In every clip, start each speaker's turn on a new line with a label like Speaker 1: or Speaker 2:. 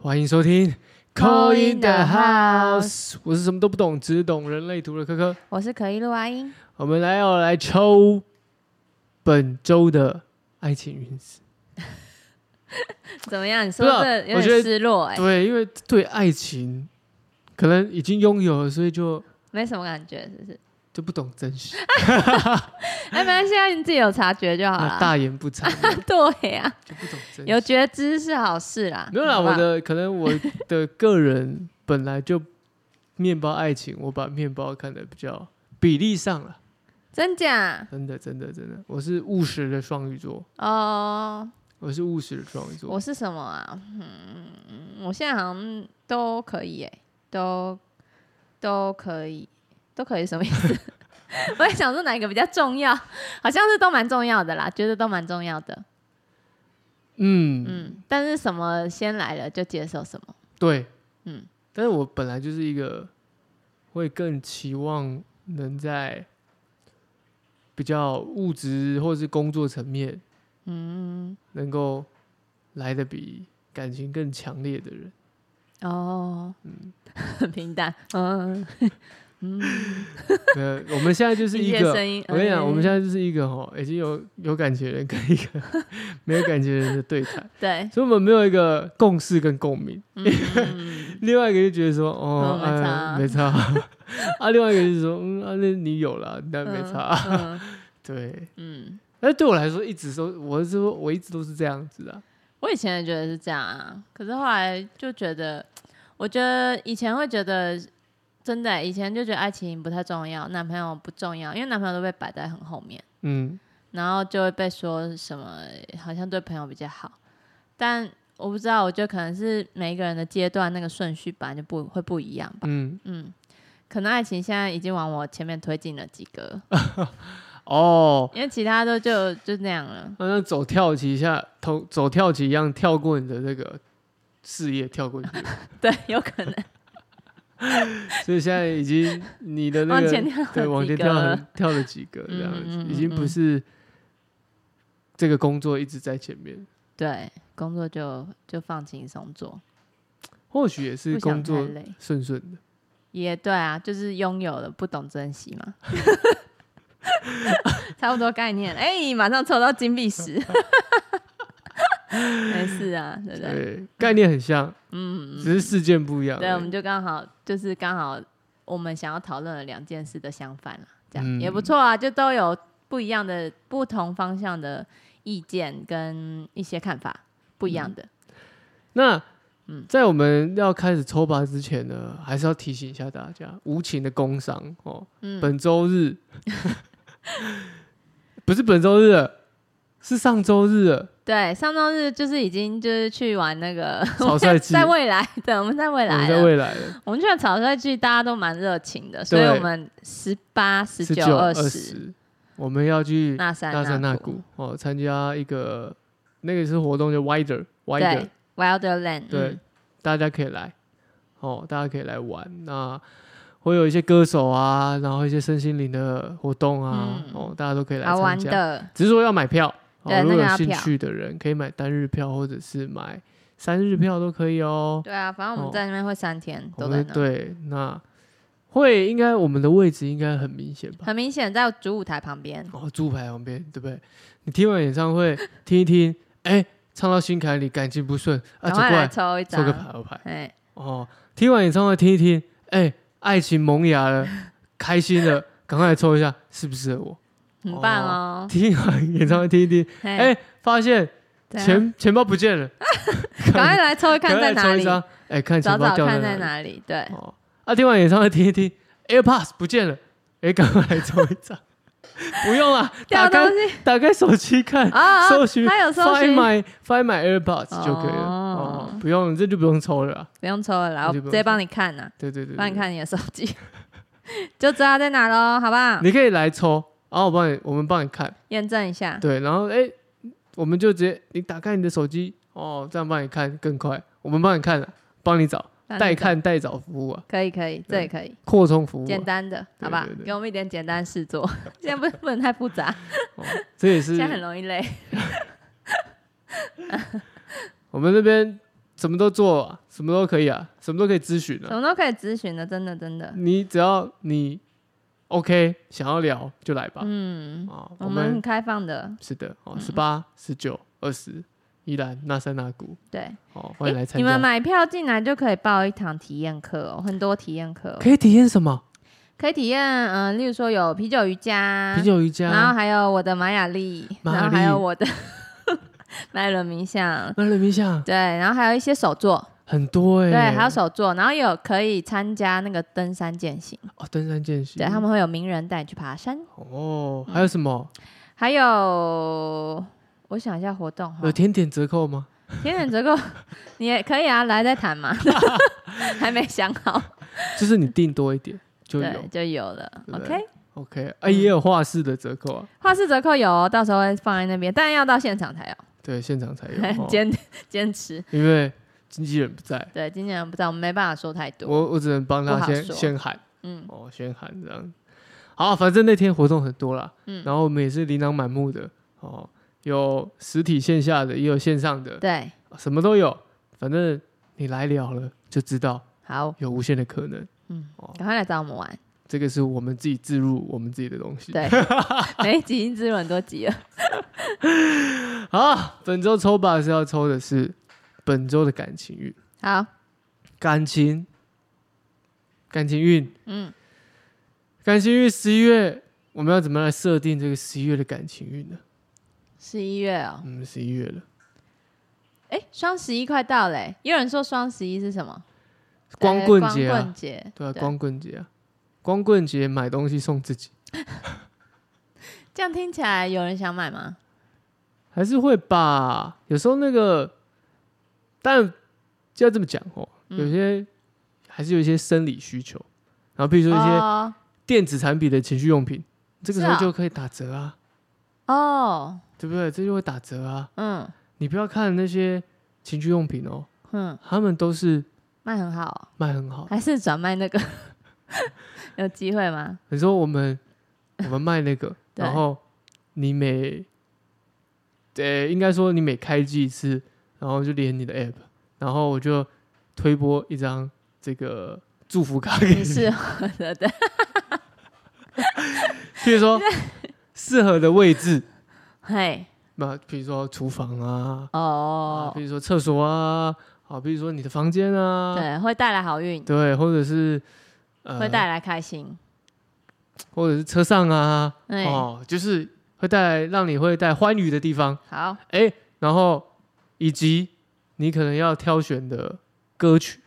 Speaker 1: 欢迎收听《
Speaker 2: Call in the House》，
Speaker 1: 我是什么都不懂，只懂人类图的科科。
Speaker 2: 我是可一录
Speaker 1: 啊
Speaker 2: 阿英，
Speaker 1: 我们来要来抽本周的爱情运势。
Speaker 2: 怎么样？你说
Speaker 1: 不是啊
Speaker 2: 这有
Speaker 1: 我觉得
Speaker 2: 点失落哎、
Speaker 1: 对，因为对爱情可能已经拥有了，所以就
Speaker 2: 没什么感觉，是不是？
Speaker 1: 就不懂珍惜，
Speaker 2: 哎，没关系啊，你自己有察觉就好
Speaker 1: 那
Speaker 2: 了。
Speaker 1: 啊大言不惭，
Speaker 2: 对呀、
Speaker 1: 就不懂珍惜。
Speaker 2: 有觉知是好事啦。
Speaker 1: 没有啦，
Speaker 2: 好不
Speaker 1: 我
Speaker 2: 好
Speaker 1: 的可能我的个人本来就面包爱情，我把面包看得比较比例上了，
Speaker 2: 真假
Speaker 1: 真的真的真的，我是务实的双鱼座，
Speaker 2: 哦、
Speaker 1: 我是务实的双鱼座，
Speaker 2: 我是什么啊？嗯，我现在好像都可以哎、都都可以，都可以什么意 思？我也想说哪一个比较重要，好像是都蛮重要的啦，觉得都蛮重要的。
Speaker 1: 嗯
Speaker 2: 嗯，但是什么先来了就接受什么。
Speaker 1: 对，嗯
Speaker 2: 嗯，
Speaker 1: 但是我本来就是一个会更期望能在比较物质或是工作层面
Speaker 2: 嗯，
Speaker 1: 能够来的比感情更强烈的人。
Speaker 2: 哦，很平淡，嗯，
Speaker 1: 呃，我们现在 就是一
Speaker 2: 些
Speaker 1: 个，
Speaker 2: 声音。嗯
Speaker 1: 我跟你讲，我们现
Speaker 2: 在
Speaker 1: 在就是一个哈，已经有有感情的人跟一个 没有感情的人的对谈，
Speaker 2: 对，
Speaker 1: 所以我们没有一个共识跟共鸣。
Speaker 2: 嗯，
Speaker 1: 另外一个就觉得说，哦，
Speaker 2: 嗯没差啊
Speaker 1: 哎没差 啊。啊，另外一个就是说，嗯，啊，那你有了，但没差 啊。
Speaker 2: 嗯，
Speaker 1: 对，
Speaker 2: 嗯，
Speaker 1: 但对我来说，一直都我是说，我一直都是这样子啊的。
Speaker 2: 我以前也觉得是这样啊，可是后来就觉得，我觉得以前会觉得。真的欸、以前就觉得爱情不太重要，男朋友不重要，因为男朋友都被摆在很后面，
Speaker 1: 嗯，
Speaker 2: 然后就会被说什么好像对朋友比较好，但我不知道，我觉得可能是每一个人的阶段那个顺序本来就不会不一样吧。
Speaker 1: 嗯，
Speaker 2: 嗯，可能爱情现在已经往我前面推进了几个，
Speaker 1: 哦，
Speaker 2: 因为其他都就就那样了。
Speaker 1: 好像走跳棋一下，头走跳棋一样跳过你的那个事业，跳 过去，
Speaker 2: 对，有可能
Speaker 1: 所以现在已经你的那
Speaker 2: 往
Speaker 1: 个
Speaker 2: 前跳了
Speaker 1: 对往
Speaker 2: 几
Speaker 1: 前
Speaker 2: 个
Speaker 1: 跳
Speaker 2: 了
Speaker 1: 了跳了几个这样子，
Speaker 2: 嗯嗯嗯
Speaker 1: 已经不
Speaker 2: 嗯
Speaker 1: 是这个工作一直在前面，
Speaker 2: 对，工作就就放轻松做，
Speaker 1: 或许也是
Speaker 2: 不
Speaker 1: 工
Speaker 2: 想太
Speaker 1: 作
Speaker 2: 累。
Speaker 1: 顺顺的。
Speaker 2: 也对啊，就是拥有了不懂珍惜嘛， 差不多概念。哎、马上抽到金币石， 没事啊，对不对？
Speaker 1: 对，概念很像，
Speaker 2: 嗯，
Speaker 1: 只是事件不一样而已。
Speaker 2: 对，我们就刚好就是刚好我们想要讨论的两件事的相反了，这样、
Speaker 1: 嗯
Speaker 2: 也不错啊，就都有不一样的不同方向的意见跟一些看法，不一
Speaker 1: 嗯
Speaker 2: 样的。
Speaker 1: 那
Speaker 2: 嗯
Speaker 1: 在我们要开始抽拔之前呢，还是要提醒一下大家，无情的工伤哦。
Speaker 2: 嗯，
Speaker 1: 本周日 不是本周日了，是上周日了。
Speaker 2: 对，上周日就是已经就是去玩那个
Speaker 1: 草率季
Speaker 2: 在未来，对，我们在未
Speaker 1: 我
Speaker 2: 来
Speaker 1: 们在
Speaker 2: 了，
Speaker 1: 未来了，
Speaker 2: 我们去了草率剧，大家都蛮热情的，所以
Speaker 1: 对
Speaker 2: 我们十八、十
Speaker 1: 十
Speaker 2: 九、
Speaker 1: 九、二
Speaker 2: 十，
Speaker 1: 十，我们要去
Speaker 2: 那山
Speaker 1: 大山那
Speaker 2: 谷
Speaker 1: 谷，哦，参加一个那个是活动叫 Wider Wider，
Speaker 2: 对，Wilderland，
Speaker 1: 对
Speaker 2: 嗯，
Speaker 1: 大家可以来，哦，大家可以来玩。那会有一些歌手啊，然后一些身心灵的活动啊，
Speaker 2: 嗯
Speaker 1: 哦，大家都可以来
Speaker 2: 好玩
Speaker 1: 参加。
Speaker 2: 的，
Speaker 1: 只是说要买票，哦
Speaker 2: 对、
Speaker 1: 如果
Speaker 2: 那个
Speaker 1: 有
Speaker 2: 要
Speaker 1: 兴
Speaker 2: 票
Speaker 1: 趣的人可以买单日票或者是买三日票都可以哦。
Speaker 2: 对啊，反正我
Speaker 1: 哦
Speaker 2: 们在那边会三天，
Speaker 1: 我
Speaker 2: 都在
Speaker 1: 们
Speaker 2: 那。
Speaker 1: 对，那会应该我们的位置应该很明 显吧？
Speaker 2: 很明显在主舞台旁边。
Speaker 1: 哦，猪排旁边，对不对？你听完演唱会，听一听，哎，唱到心坎里，感情不顺啊，
Speaker 2: 赶
Speaker 1: 走过
Speaker 2: 快来
Speaker 1: 来
Speaker 2: 抽一
Speaker 1: 抽
Speaker 2: 张，
Speaker 1: 个牌，我牌。
Speaker 2: 哎，
Speaker 1: 哦，听完演唱会听一听，哎、爱情萌芽 了，开心了，赶快来抽一下，适不适合我？
Speaker 2: 很棒哦。
Speaker 1: 听完演唱会听一听，哎、
Speaker 2: 哎，
Speaker 1: 发现
Speaker 2: 对啊
Speaker 1: 钱钱包不见了，
Speaker 2: 赶快来抽一
Speaker 1: 赶
Speaker 2: 看
Speaker 1: 快
Speaker 2: 在
Speaker 1: 来抽
Speaker 2: 哪
Speaker 1: 一
Speaker 2: 里，
Speaker 1: 张，哎、看
Speaker 2: 找
Speaker 1: 钱包
Speaker 2: 找
Speaker 1: 掉
Speaker 2: 看
Speaker 1: 在
Speaker 2: 在
Speaker 1: 哪
Speaker 2: 哪里。对
Speaker 1: 里。，哦，啊，听完演唱会听一听，AirPods 不见了，哎、赶快来抽一 张。不用啊，打
Speaker 2: 掉东
Speaker 1: 开
Speaker 2: 西
Speaker 1: 打开手机看，
Speaker 2: 啊，
Speaker 1: 搜寻
Speaker 2: 还有搜
Speaker 1: find
Speaker 2: 寻，
Speaker 1: my find my AirPods 就可以了。
Speaker 2: 哦
Speaker 1: 哦，不用，这就不用抽了啊。
Speaker 2: 不用抽了啦，我
Speaker 1: 这就不用
Speaker 2: 直接帮你看呐，
Speaker 1: 对对对对
Speaker 2: 帮你看你的手机， 就知道在哪喽，好不好？
Speaker 1: 你可以来抽，然后我帮你，我们帮你看，
Speaker 2: 验证一下，
Speaker 1: 对，然后哎、我们就直接你打开你的手机哦，这样帮你看更快，我们帮你看了，帮你找
Speaker 2: 让你
Speaker 1: 代
Speaker 2: 找
Speaker 1: 看代找服务啊，
Speaker 2: 可以可以，这也可以。
Speaker 1: 扩充服务、
Speaker 2: 简
Speaker 1: 啊，
Speaker 2: 单的，
Speaker 1: 对
Speaker 2: 好吧
Speaker 1: 对对，
Speaker 2: 给我们一点简单事做。 现在不不能太 复杂，
Speaker 1: 这也
Speaker 2: 现在很
Speaker 1: 是
Speaker 2: 容易累。
Speaker 1: 我们这边什么都做、啊，什么都可以啊，什么都可以咨询
Speaker 2: 什
Speaker 1: 啊。
Speaker 2: 么都可以咨询的，真的真的。
Speaker 1: 你只要你 OK，想要聊就来吧。
Speaker 2: 嗯，
Speaker 1: 啊，
Speaker 2: 我
Speaker 1: 我
Speaker 2: 们嗯很
Speaker 1: 们
Speaker 2: 开放的，
Speaker 1: 是的，哦，十八、十九、二十，依然那山那谷，
Speaker 2: 对。
Speaker 1: 哦，欢迎
Speaker 2: 诶
Speaker 1: 来参
Speaker 2: 你们
Speaker 1: 加。
Speaker 2: 买票进来就可以报一堂体验课哦，很多体验课、哦，
Speaker 1: 可以体验什么？
Speaker 2: 可以体验，嗯、例如说有啤酒瑜伽，
Speaker 1: 啤酒瑜
Speaker 2: 啊然后
Speaker 1: 伽、
Speaker 2: 还有我的玛雅历，
Speaker 1: 玛雅
Speaker 2: 然后还有
Speaker 1: 历
Speaker 2: 我的 脉轮冥想，
Speaker 1: 那人冥想
Speaker 2: 对，然后还有一些手作，
Speaker 1: 很多哎、
Speaker 2: 对，还有手作，然后也有可以参加那个登山践行，
Speaker 1: 哦，登山健行，
Speaker 2: 对，他们会有名人带你去爬山，
Speaker 1: 哦，
Speaker 2: 嗯
Speaker 1: 还有什么？
Speaker 2: 还有我想一下活动哈
Speaker 1: 有，甜点折扣吗？
Speaker 2: 甜点折扣 你也可以啊，来再谈嘛， 还没想好，
Speaker 1: 就是你订多一 点就
Speaker 2: 对，嗯
Speaker 1: 有。
Speaker 2: 就有了
Speaker 1: 对不对
Speaker 2: ，OK。
Speaker 1: OK，啊，也有画室的折扣啊，
Speaker 2: 画室折扣有哦，到时候会放在那边，但要到现场才有，，
Speaker 1: 对，现场才有 哦、
Speaker 2: 坚坚持。
Speaker 1: 因为经纪人不在，
Speaker 2: 对，经纪人不知道，我们没办法说太多。
Speaker 1: 我我只能帮
Speaker 2: 不
Speaker 1: 他
Speaker 2: 好
Speaker 1: 先
Speaker 2: 说
Speaker 1: 先喊
Speaker 2: 嗯，
Speaker 1: 哦，先喊这样。好，反正那天活动很多啦，
Speaker 2: 嗯
Speaker 1: 然后我们也是琳琅满目的哦，有实体线下的，也有线上的，
Speaker 2: 对，
Speaker 1: 什么都有，反正你来聊了就知道
Speaker 2: 好，
Speaker 1: 有无限的可能。
Speaker 2: 嗯
Speaker 1: 哦，
Speaker 2: 赶快来找我们玩。
Speaker 1: 这个是我们自己置入我们自己的东西。
Speaker 2: 对，每一集已经知道很多集了。
Speaker 1: 好，啊本周抽吧是要抽的是本周的感情运，
Speaker 2: 好，
Speaker 1: 感情，感情运，
Speaker 2: 嗯，
Speaker 1: 感情运。十一月我们要怎么来设定这个十一月的感情运呢？
Speaker 2: 十一月哦，
Speaker 1: 嗯，十一月了，
Speaker 2: 哎，双十一快到嘞，也有人说双十一是什么？
Speaker 1: 光
Speaker 2: 对
Speaker 1: 棍节
Speaker 2: 光
Speaker 1: 啊
Speaker 2: 棍，节，
Speaker 1: 对啊，光棍节啊，光棍节买东西送自己，
Speaker 2: 这样听起来有人想买吗？
Speaker 1: 还是会吧。有时候那个，但就要这么讲哦，有些还是有一些生理需求，然后比如说一些
Speaker 2: 哦
Speaker 1: 电子产品的情趣用品，这个时
Speaker 2: 是
Speaker 1: 候
Speaker 2: 啊
Speaker 1: 就可以打折啊，
Speaker 2: 哦，
Speaker 1: 对不对？这就会打折啊。
Speaker 2: 嗯
Speaker 1: 你不要看那些情趣用品哦，
Speaker 2: 嗯，
Speaker 1: 他们都是
Speaker 2: 卖很好，哦
Speaker 1: 卖很好。
Speaker 2: 还是转卖那个 有机 会吗？
Speaker 1: 你说我们我们卖那个，
Speaker 2: 对
Speaker 1: 然后你每，呃，应该说你每开机一次，然后就连你的 app，然后我就推播一张这个祝福卡给
Speaker 2: 你
Speaker 1: 你，
Speaker 2: 适合的，对，
Speaker 1: 譬如说适合的位置，
Speaker 2: 嘿，
Speaker 1: 那譬如说厨房啊，啊
Speaker 2: 哦，
Speaker 1: 比如说厕所啊，啊，比如说你的房间啊，
Speaker 2: 对，会带来好运，
Speaker 1: 对，或者是呃，
Speaker 2: 会带来开心。
Speaker 1: 或者是车上啊，
Speaker 2: 哎
Speaker 1: 哦，就是会带来让你会带欢愉的地方，
Speaker 2: 好，
Speaker 1: 哎，然后以及你可能要挑选的歌曲、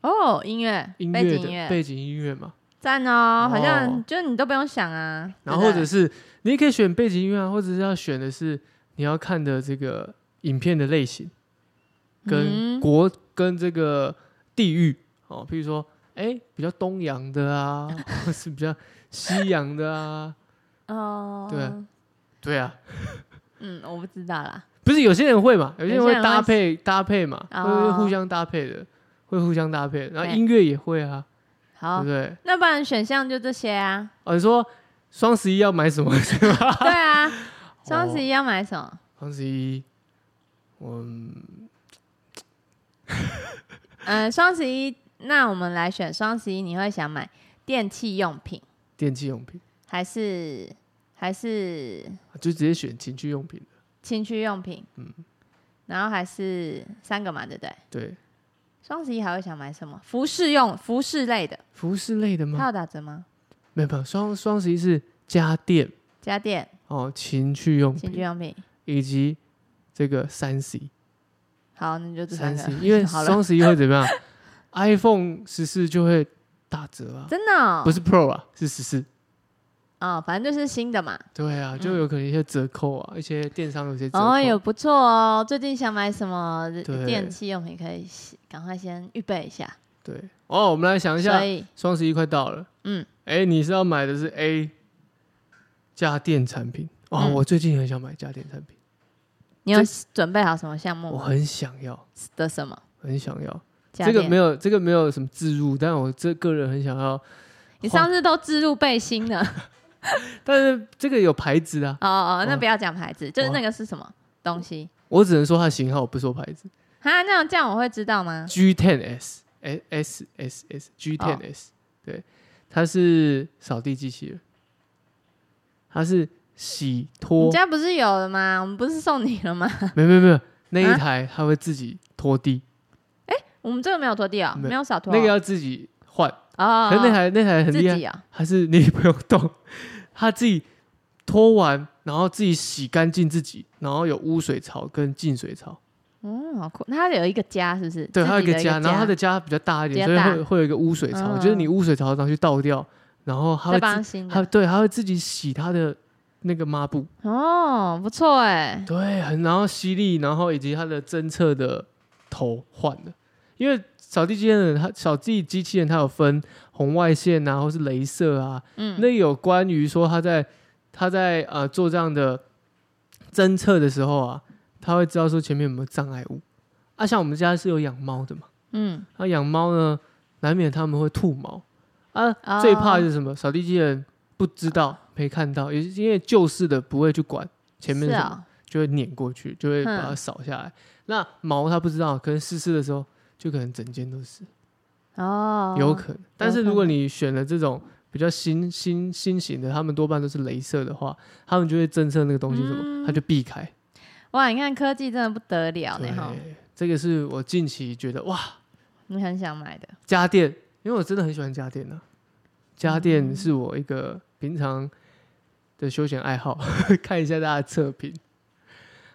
Speaker 2: 哦，音乐，
Speaker 1: 音
Speaker 2: 背
Speaker 1: 乐
Speaker 2: 景音
Speaker 1: 的
Speaker 2: 乐，
Speaker 1: 背景音乐嘛，
Speaker 2: 赞哦，好
Speaker 1: 哦
Speaker 2: 像就你都不用想啊。
Speaker 1: 然后或者
Speaker 2: 对不对
Speaker 1: 是你也可以选背景音乐啊，或者是要选的是你要看的这个影片的类型，跟
Speaker 2: 嗯
Speaker 1: 国、跟这个地域哦，譬如说，哎，比较东洋的啊， 或是比较西洋的啊，
Speaker 2: 哦，
Speaker 1: 对，对啊，
Speaker 2: 嗯，我不知道啦。
Speaker 1: 不是有些人会嘛，有些人
Speaker 2: 有些
Speaker 1: 会
Speaker 2: 人会
Speaker 1: 搭配搭配嘛，
Speaker 2: 哦
Speaker 1: 会互相搭配的，会互相搭配。然后
Speaker 2: 对哦
Speaker 1: 音乐也会啊，对
Speaker 2: 好
Speaker 1: 不，对？
Speaker 2: 那不然选项就这些啊。
Speaker 1: 哦，你说双十一要买什么？
Speaker 2: 对
Speaker 1: 哦
Speaker 2: 啊，双十一要买什么？
Speaker 1: 双十一，我嗯
Speaker 2: 嗯，双十一，那我们来选双十一，你会想买电器用品
Speaker 1: 电器用品，
Speaker 2: 还是还是
Speaker 1: 就直接选情趣用品的
Speaker 2: 情趣用品？嗯，然后还是三个嘛，对不对？
Speaker 1: 对，
Speaker 2: 双十一还会想买什么？服饰用服饰类的，
Speaker 1: 服饰类的
Speaker 2: 它
Speaker 1: 吗？
Speaker 2: 有打折吗？
Speaker 1: 没有，没有。双双十一是家电
Speaker 2: 家电、
Speaker 1: 哦，情趣用
Speaker 2: 情趣
Speaker 1: 品
Speaker 2: 用品。
Speaker 1: 以及这个三 C
Speaker 2: 好，那就这三
Speaker 1: 三
Speaker 2: 个
Speaker 1: C，。因为
Speaker 2: 好了，
Speaker 1: 双十一会怎么样？iPhone 十四就会打折啊，
Speaker 2: 真的哦、
Speaker 1: 不是 Pro 啊，是十四。
Speaker 2: 哦，反正就是新的嘛。
Speaker 1: 对啊，就
Speaker 2: 嗯
Speaker 1: 有可能一些折扣啊，一些电商有些折扣。
Speaker 2: 哦，有不错哦。最近想买什么
Speaker 1: 对
Speaker 2: 电器用品，可以先赶快先预备一下。
Speaker 1: 对哦，我们来想一
Speaker 2: 所
Speaker 1: 下，
Speaker 2: 以，
Speaker 1: 双十一快到了，
Speaker 2: 嗯，
Speaker 1: 哎，你是要买的是 A 家电产品哦，
Speaker 2: 嗯
Speaker 1: 我最近很想买家电产品，
Speaker 2: 你有准备好什么项
Speaker 1: 我
Speaker 2: 目
Speaker 1: 很想要，
Speaker 2: 的什么？
Speaker 1: 很想要。
Speaker 2: 家
Speaker 1: 这个
Speaker 2: 电？
Speaker 1: 没有，这个没有什么置入，但我这个人很想要，
Speaker 2: 你上次都置入背心的。
Speaker 1: 但是这个有牌子啊，
Speaker 2: 哦哦，
Speaker 1: 哇
Speaker 2: 那不要讲牌子，就是那个是什么东西
Speaker 1: 我只能说它型号，不说牌子。
Speaker 2: 哈，那样这样我会知道吗？
Speaker 1: G 1 0 S S S S S G 1 0 S，、对，它是扫地机器人，它是洗
Speaker 2: 你
Speaker 1: 拖，
Speaker 2: 家不是有了吗？我们不是送你了吗？
Speaker 1: 没有没有没有，那一
Speaker 2: 啊
Speaker 1: 台它会自己拖地，
Speaker 2: 我们这个没有拖地哦，
Speaker 1: 没
Speaker 2: 没有扫拖哦，
Speaker 1: 那个要自己换，
Speaker 2: 哦，
Speaker 1: 可是那台那台很
Speaker 2: 自
Speaker 1: 厉害，
Speaker 2: 己啊，
Speaker 1: 还是你不用动，它自己拖完，然后自己洗干净自己，然后有污水槽跟净水槽。
Speaker 2: 嗯，好酷。那它有一个家是不是？
Speaker 1: 对，
Speaker 2: 自己
Speaker 1: 它有
Speaker 2: 的
Speaker 1: 个
Speaker 2: 一
Speaker 1: 家，然后它的家比较大一点，
Speaker 2: 比
Speaker 1: 所以
Speaker 2: 较大
Speaker 1: 会会有一个污水槽，就是你
Speaker 2: 嗯
Speaker 1: 污水槽拿去倒掉，然后它
Speaker 2: 再
Speaker 1: 会
Speaker 2: 帮它
Speaker 1: 自
Speaker 2: 新
Speaker 1: 它
Speaker 2: 的
Speaker 1: 对，它会自己洗它的那个抹布，
Speaker 2: 哦，不错哎，
Speaker 1: 对，很然后吸力，然后以及它的侦测的头换的，因为扫地机器人它扫地机器人它有分红外线啊，或是镭射啊，
Speaker 2: 嗯，
Speaker 1: 那有关于说他在他在呃做这样的侦测的时候啊，他会知道说前面有没有障碍物。啊，像我们家是有养猫的嘛，
Speaker 2: 嗯，
Speaker 1: 那、养猫呢，难免他们会吐毛啊。
Speaker 2: 哦啊
Speaker 1: 最怕的是什么？扫地机器人不知道没看到，也是因为旧式的不会去管前面
Speaker 2: 是
Speaker 1: 什么，
Speaker 2: 哦
Speaker 1: 就会碾过去，就会把它
Speaker 2: 嗯
Speaker 1: 扫下来。那毛它不知道，可能湿湿的时候就可能整间都是。
Speaker 2: 哦，
Speaker 1: 有可能。但
Speaker 2: 有
Speaker 1: 是
Speaker 2: 可
Speaker 1: 如果
Speaker 2: 能
Speaker 1: 你选了这种比较新新新型的，他们多半都是镭射的话，他们就会侦测那个东西是什么，他
Speaker 2: 嗯
Speaker 1: 就避开。
Speaker 2: 哇，你看科技真的不得了呢
Speaker 1: 对
Speaker 2: 哈，
Speaker 1: 这个是我近期觉得哇，
Speaker 2: 你很想买的，
Speaker 1: 家电，因为我真的很喜欢家电啊，家电
Speaker 2: 嗯
Speaker 1: 是我一个平常的休闲爱好， 看一下大家的测评。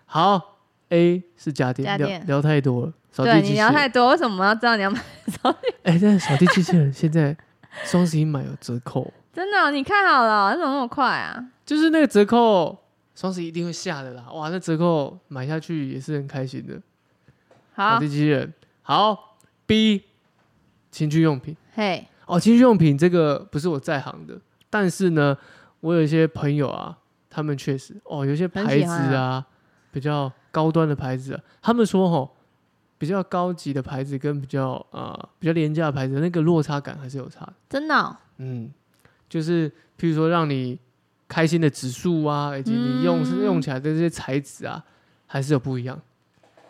Speaker 1: 好，A 是家电，
Speaker 2: 家
Speaker 1: 聊
Speaker 2: 电
Speaker 1: 聊太多了，扫地
Speaker 2: 对
Speaker 1: 机器
Speaker 2: 你聊
Speaker 1: 人。
Speaker 2: 太多，为什么我要知道你要买？
Speaker 1: 哎，但是扫地机器人现在双十一买有折扣 哦。
Speaker 2: 真的哦，你看好了哦，你怎么那么快啊？
Speaker 1: 就是那个折扣，双十一一定会下的啦！哇，那折扣买下去也是很开心的。扫
Speaker 2: 好
Speaker 1: 地，机器人，好，B 情趣用品
Speaker 2: 嘿，
Speaker 1: 哦，情趣用品这个不是我在行的，但是呢，我有一些朋友啊，他们确实哦，有一些
Speaker 2: 很
Speaker 1: 牌
Speaker 2: 喜
Speaker 1: 子
Speaker 2: 欢
Speaker 1: 啊，比较高端的牌子、啊，他们说吼，比较高级的牌子跟比较啊、呃比较廉价的牌子，那个落差感还是有差的。
Speaker 2: 真的哦，
Speaker 1: 嗯，就是譬如说让你开心的指数啊，以及你用、
Speaker 2: 嗯
Speaker 1: 用起来的这些材质啊，还是有不一样。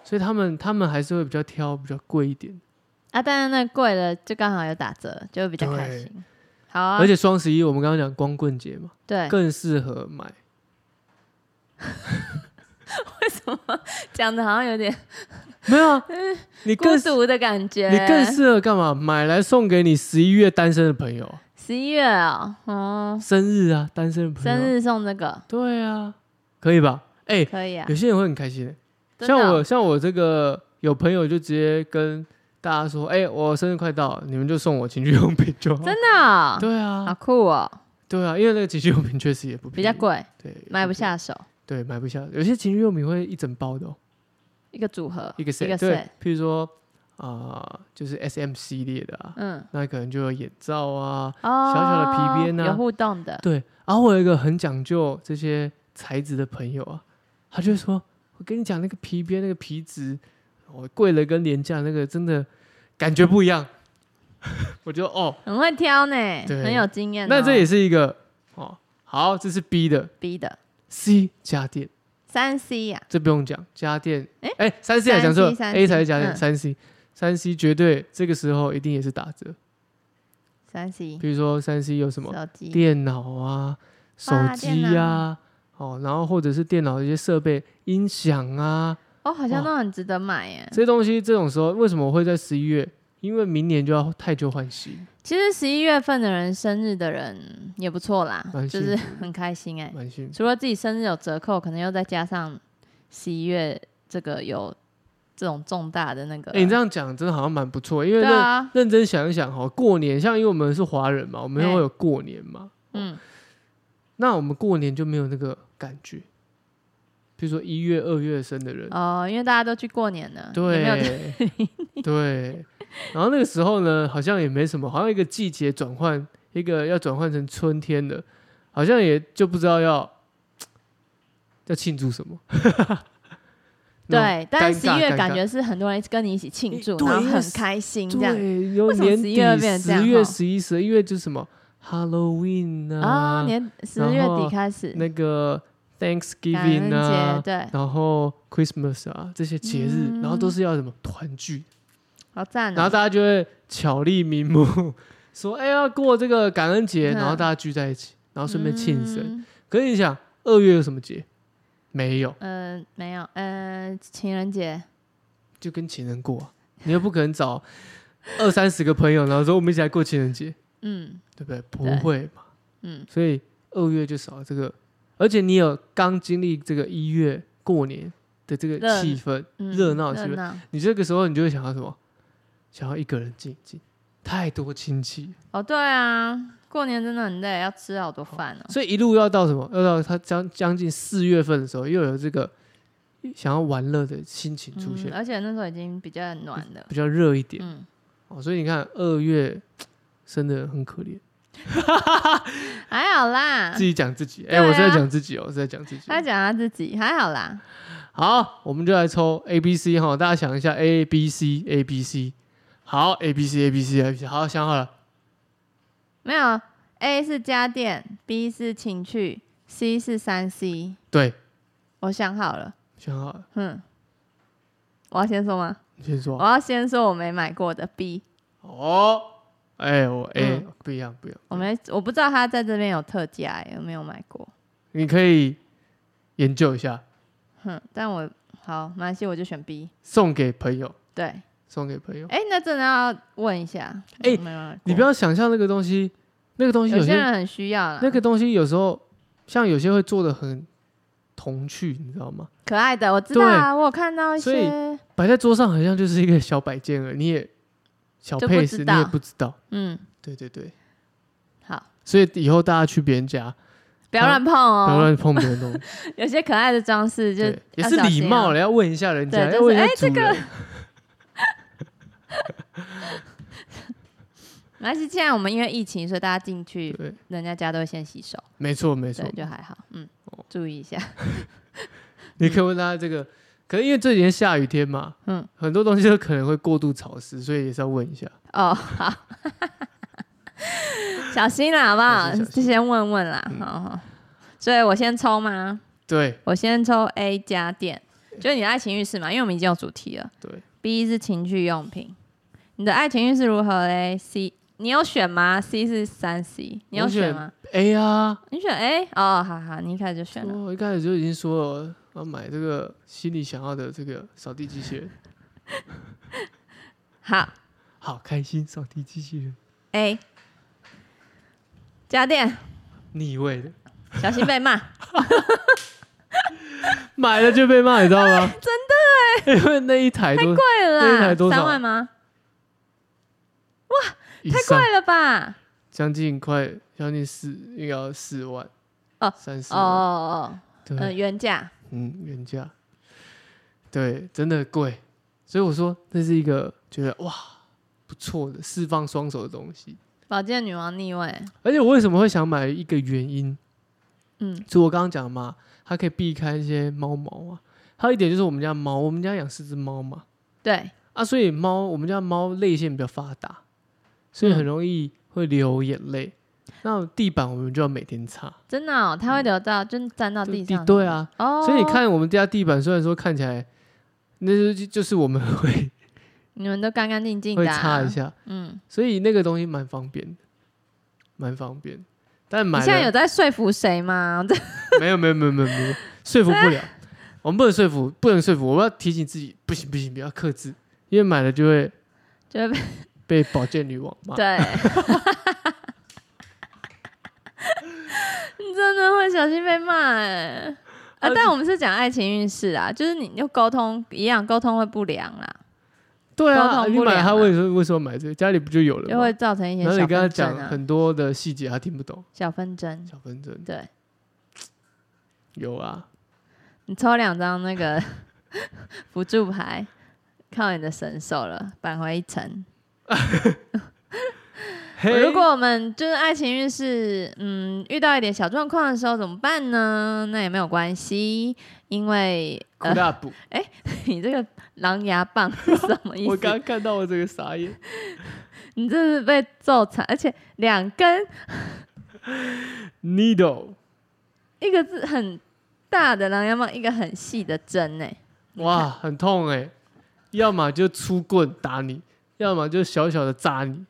Speaker 1: 所以他们他们还是会比较挑比较贵一点，
Speaker 2: 啊，但是那贵的就刚好有打折，就会比较开
Speaker 1: 对
Speaker 2: 心。好啊
Speaker 1: 而，且双十一我们刚刚讲光棍节嘛，
Speaker 2: 对，
Speaker 1: 更适合买。
Speaker 2: 讲的好像有点
Speaker 1: 没有啊，你
Speaker 2: 呃孤
Speaker 1: 更适
Speaker 2: 独的感觉。
Speaker 1: 你更适合干嘛？买来送给你十一月单身的朋友，
Speaker 2: 十一月哦，哦，
Speaker 1: 生日啊，单身的朋友，
Speaker 2: 生日送这个
Speaker 1: 对啊，可以吧？哎、
Speaker 2: 可以啊
Speaker 1: 有，些人会很开心、欸，
Speaker 2: 真的
Speaker 1: 像
Speaker 2: 哦
Speaker 1: 我像我这个有朋友就直接跟大家说，哎、我生日快到了，你们就送我情趣用品就好。
Speaker 2: 真的哦，
Speaker 1: 对
Speaker 2: 好
Speaker 1: 啊，
Speaker 2: 酷哦，
Speaker 1: 对啊，因为那个情趣用品确实也不
Speaker 2: 比
Speaker 1: 便宜
Speaker 2: 较，贵，
Speaker 1: 对，
Speaker 2: 买
Speaker 1: 便
Speaker 2: 不
Speaker 1: 宜，
Speaker 2: 下手，
Speaker 1: 对，买不下。有些情趣用品会一整包的、哦，
Speaker 2: 一个组合，
Speaker 1: 一个 set，
Speaker 2: 一个
Speaker 1: 对
Speaker 2: set，，
Speaker 1: 譬如说啊、就是 S M 系列的啊，
Speaker 2: 嗯，
Speaker 1: 那可能就有眼罩啊，
Speaker 2: 哦，
Speaker 1: 小的皮鞭啊
Speaker 2: 有互动的，
Speaker 1: 对。然后我有一个很讲究这些材质的朋友啊，他就说，我跟你讲那个皮鞭那个皮质，我贵了跟廉价那个真的感觉不一样。 我就哦，
Speaker 2: 很会挑呢，
Speaker 1: 对
Speaker 2: 很有经验哦。
Speaker 1: 那这也是一个哦，好，这是 B 的
Speaker 2: B 的
Speaker 1: C 家电，
Speaker 2: 三 C 啊呀，
Speaker 1: 这不用讲，家电，哎
Speaker 2: 诶
Speaker 1: 哎，三 C 还讲错了
Speaker 2: 3C
Speaker 1: ，A 才是家电，
Speaker 2: 嗯
Speaker 1: 三 C，三 C 绝对这个时候一定也是打折，
Speaker 2: 三 C
Speaker 1: 比如说三 C 有什么
Speaker 2: 手机，
Speaker 1: 电脑啊、手
Speaker 2: 哇
Speaker 1: 机
Speaker 2: 电
Speaker 1: 啊，哦，然后或者是电脑的一些设备、音响啊
Speaker 2: 哦，好像
Speaker 1: 哇
Speaker 2: 都很值得买耶。
Speaker 1: 这些东西，这种时候为什么会在十一月？因为明年就要太旧换新，
Speaker 2: 其实十一月份的人生日的人也不错啦
Speaker 1: 蛮，
Speaker 2: 啊就
Speaker 1: 幸
Speaker 2: 是很开心哎。
Speaker 1: 蛮幸福。
Speaker 2: 除了自己生日有折扣，可能又再加上十一月这个有这种重大的那个，
Speaker 1: 哎、你这样讲真的好像蛮不错，因为
Speaker 2: 啊对
Speaker 1: 认、
Speaker 2: 啊，
Speaker 1: 认真想一想哈，过年像因为我们是华人嘛，我们
Speaker 2: 哎
Speaker 1: 会有过年嘛，
Speaker 2: 嗯，
Speaker 1: 那我们过年就没有那个感觉。比如说一月、二月生的人，
Speaker 2: 哦，因为大家都去过年了，也没有
Speaker 1: 对 对，然后那个时候呢，好像也没什么，好像一个季节转换，一个要转换成春天的，好像也就不知道要要庆祝什么。 那
Speaker 2: 对，但是十
Speaker 1: 尴尬
Speaker 2: 一月
Speaker 1: 尴
Speaker 2: 感
Speaker 1: 尬
Speaker 2: 觉是很多人跟你一起庆祝，
Speaker 1: 对
Speaker 2: 然后
Speaker 1: 因为
Speaker 2: 很
Speaker 1: 是
Speaker 2: 开心这
Speaker 1: 种
Speaker 2: 样，
Speaker 1: 对，有
Speaker 2: 为什么
Speaker 1: 年
Speaker 2: 11
Speaker 1: 底
Speaker 2: 月变成这样
Speaker 1: 十月、
Speaker 2: 吼
Speaker 1: 十一、十一月就是什么 Halloween 啊，
Speaker 2: 哦啊，年十
Speaker 1: 然
Speaker 2: 月
Speaker 1: 后
Speaker 2: 底开始，
Speaker 1: 那个
Speaker 2: 感恩
Speaker 1: Thanksgiving
Speaker 2: 节
Speaker 1: 啊，
Speaker 2: 对，嗯
Speaker 1: 然后 Christmas 啊这些节日，然后都是要什么团聚，
Speaker 2: 好赞
Speaker 1: 然后
Speaker 2: 哦！
Speaker 1: 大家就会巧立名目，说哎呀过这个感恩节，
Speaker 2: 嗯
Speaker 1: 然后大家聚在一起，然后顺便庆生。
Speaker 2: 嗯
Speaker 1: 可是你想，二月有什么节？没有，
Speaker 2: 呃，没有，呃，情人节，
Speaker 1: 就跟情人过啊、你又不可能找二三十个朋友，然后说我们一起来过情人节，
Speaker 2: 嗯
Speaker 1: 对不对？不
Speaker 2: 对
Speaker 1: 会嘛。
Speaker 2: 嗯，
Speaker 1: 所以二月就少了这个，而且你有刚经历这个一月过年的这个
Speaker 2: 热
Speaker 1: 气氛，
Speaker 2: 嗯
Speaker 1: 热闹
Speaker 2: 热
Speaker 1: 气氛
Speaker 2: 闹
Speaker 1: 你这个时候你就会想要什么？想要一个人静一静，太多亲戚，
Speaker 2: 哦，对啊，过年真的很累，要吃好多饭哦。
Speaker 1: 所以一路要到什么？要到他将将近四月份的时候，又有这个想要玩乐的心情出现，
Speaker 2: 嗯，而且那时候已经比较暖了。
Speaker 1: 比较热一点、
Speaker 2: 嗯，
Speaker 1: 哦。所以你看二月真的很可怜，
Speaker 2: 嗯还好啦
Speaker 1: 自。己讲自己，哎、
Speaker 2: 对啊哎
Speaker 1: 我是在讲自己哦，我是在讲自己。
Speaker 2: 他讲他自己还好啦，
Speaker 1: 好，我们就来抽 A、B、C 哈，大家想一下 A、B、C、A、B、C。好，A、B、C、A、B、C、A、B、C，好，想好了。
Speaker 2: 没有 A 是家电，B 是情趣，C 是三 C。
Speaker 1: 对，
Speaker 2: 我想好了，
Speaker 1: 想好了，
Speaker 2: 嗯，我要先说吗？
Speaker 1: 你先说
Speaker 2: 我。要先说我没买过的 B，
Speaker 1: 哦，哎、我 A、
Speaker 2: 嗯
Speaker 1: 不一样，不一样。
Speaker 2: 我没我不知道他在这边有特价、欸，有没有买过？
Speaker 1: 你可以研究一下，
Speaker 2: 哼，但我好，没关系，我就选 B。
Speaker 1: 送给朋友，
Speaker 2: 对，
Speaker 1: 送给朋友。
Speaker 2: 哎、那真的要问一下，
Speaker 1: 欸
Speaker 2: 我没买过
Speaker 1: 你不要想象那个东西，那个东西
Speaker 2: 有
Speaker 1: 有
Speaker 2: 些
Speaker 1: 些
Speaker 2: 人很需要啦，
Speaker 1: 那个东西有时候像有些会做的很童趣，你知道吗？
Speaker 2: 可爱的，我知道啊，我有看到一
Speaker 1: 所以
Speaker 2: 些，
Speaker 1: 摆在桌上好像就是一个小摆件而已，你也小
Speaker 2: 就不
Speaker 1: 配饰，
Speaker 2: 知
Speaker 1: 你
Speaker 2: 道
Speaker 1: 也不知道。
Speaker 2: 嗯，
Speaker 1: 对对对。
Speaker 2: 好，
Speaker 1: 所以以后大家去别人家，
Speaker 2: 不要
Speaker 1: 好
Speaker 2: 乱
Speaker 1: 不
Speaker 2: 碰
Speaker 1: 要
Speaker 2: 哦，
Speaker 1: 乱碰别人 东西，
Speaker 2: 有些可爱的装饰就
Speaker 1: 对，也
Speaker 2: 要
Speaker 1: 是
Speaker 2: 小
Speaker 1: 礼
Speaker 2: 心
Speaker 1: 貌
Speaker 2: 哦
Speaker 1: 了，要问一下人家，
Speaker 2: 对
Speaker 1: 要
Speaker 2: 就是
Speaker 1: 问一下
Speaker 2: 哎这
Speaker 1: 主
Speaker 2: 个
Speaker 1: 人。
Speaker 2: 没关系，既然我们因为疫情，所以大家进去
Speaker 1: 对，
Speaker 2: 人家家都会先洗手，
Speaker 1: 没错没错哦
Speaker 2: 对，，就还好，嗯，注意一下，
Speaker 1: 你可以问他这个，可能因为这几天下雨天嘛，
Speaker 2: 嗯
Speaker 1: 嗯，很多东西都可能会过度潮湿，所以也是要问一下。
Speaker 2: 哦，好， 小心啦，好不
Speaker 1: 小心
Speaker 2: 好？
Speaker 1: 小
Speaker 2: 就
Speaker 1: 心嗯
Speaker 2: 先问问啦，好好。所以我先抽吗？
Speaker 1: 对
Speaker 2: 我先抽 A 家电，就是你的爱情浴室嘛，因为我们已经有主题了。
Speaker 1: 对，
Speaker 2: B 是情趣用品，你的爱情运是如何嘞？C 你有选吗？C 是三 C，你有
Speaker 1: 我选
Speaker 2: 选吗？
Speaker 1: 哎呀，
Speaker 2: 你选 A 哦，好好，你一开始就选了。
Speaker 1: 哦我一开始就已经说了，我要买这个心里想要的这个扫地机器人，
Speaker 2: 好
Speaker 1: 好开心，扫地机器人
Speaker 2: ，A 家电，
Speaker 1: 逆位的，
Speaker 2: 小心 被骂。
Speaker 1: 买了就被骂，你知道 吗？
Speaker 2: 欸
Speaker 1: 真的哎，因为那一台都
Speaker 2: 贵
Speaker 1: 那一
Speaker 2: 了
Speaker 1: 台
Speaker 2: 啦，
Speaker 1: 多少
Speaker 2: 三万吗？
Speaker 1: 以
Speaker 2: 太
Speaker 1: 上
Speaker 2: 贵了吧？
Speaker 1: 将近快将近四，应该要四万
Speaker 2: 哦
Speaker 1: 三四
Speaker 2: 哦
Speaker 1: 万，
Speaker 2: 哦哦，呃，
Speaker 1: 对，
Speaker 2: 原价
Speaker 1: 嗯，原价，对，真的贵，所以我说这是一个觉得哇不错的释放双手的东西。
Speaker 2: 保健女王逆位，
Speaker 1: 而且我为什么会想买一个原因，
Speaker 2: 嗯
Speaker 1: 就我刚刚讲的嘛，它可以避开一些猫毛啊。还有一点就是我们家猫，我们家养四只猫嘛，
Speaker 2: 对，
Speaker 1: 啊，所以猫我们家猫泪腺比较发达，所以很
Speaker 2: 嗯
Speaker 1: 容易会流眼泪。那地板我们就要每天擦，
Speaker 2: 真的哦，它会流到，就是沾到
Speaker 1: 就
Speaker 2: 地上。
Speaker 1: 对，啊，
Speaker 2: 哦，
Speaker 1: 所以你看我们家地板虽然说看起来，那就就是我们会
Speaker 2: 你们都干干净净
Speaker 1: 会
Speaker 2: 的啊，
Speaker 1: 擦一下，
Speaker 2: 嗯，
Speaker 1: 所以那个东西蛮方便的，蛮方便。但
Speaker 2: 你
Speaker 1: 买
Speaker 2: 现在有
Speaker 1: 了
Speaker 2: 在说服谁吗？ 这
Speaker 1: 没有没有没有没有没有说服不了，我们不能说服，不能说服，我要提醒自己，不行不行，不要克制，因为买了就会
Speaker 2: 就会被
Speaker 1: 被保健女王骂。
Speaker 2: 对， 你真的会小心被骂哎、啊！
Speaker 1: 呃
Speaker 2: 但我们是讲爱情运势啊，就是你就沟通一样，沟通会不良啊啦，
Speaker 1: 对啊，
Speaker 2: 沟通
Speaker 1: 你
Speaker 2: 不
Speaker 1: 买了
Speaker 2: 良
Speaker 1: 他
Speaker 2: 啊
Speaker 1: 为什么为什么买这个？家里不就有了
Speaker 2: 就
Speaker 1: 吗
Speaker 2: 会？造成一些
Speaker 1: 然后你
Speaker 2: 小
Speaker 1: 跟他
Speaker 2: 纷
Speaker 1: 讲
Speaker 2: 争啊，
Speaker 1: 很多的细节，他听不懂，
Speaker 2: 小纷争。
Speaker 1: 小纷争
Speaker 2: 对
Speaker 1: 有啊，
Speaker 2: 你抽两张那个 辅助牌，靠你的神手了，扳回一城。
Speaker 1: 嘿
Speaker 2: 如果我们就是爱情运势，嗯，遇到一点小状况的时候怎么办呢？那也没有关系，因为
Speaker 1: 苦大补，
Speaker 2: 你这个狼牙棒是什么意 思？
Speaker 1: 我刚刚看到我这个傻眼。
Speaker 2: 你这是被揍惨，而且两根
Speaker 1: Needle，
Speaker 2: 一个字很大的狼牙棒，一个很细的针呢、你
Speaker 1: 哇，很痛哎、要么就出棍打你，要么就小小的扎你。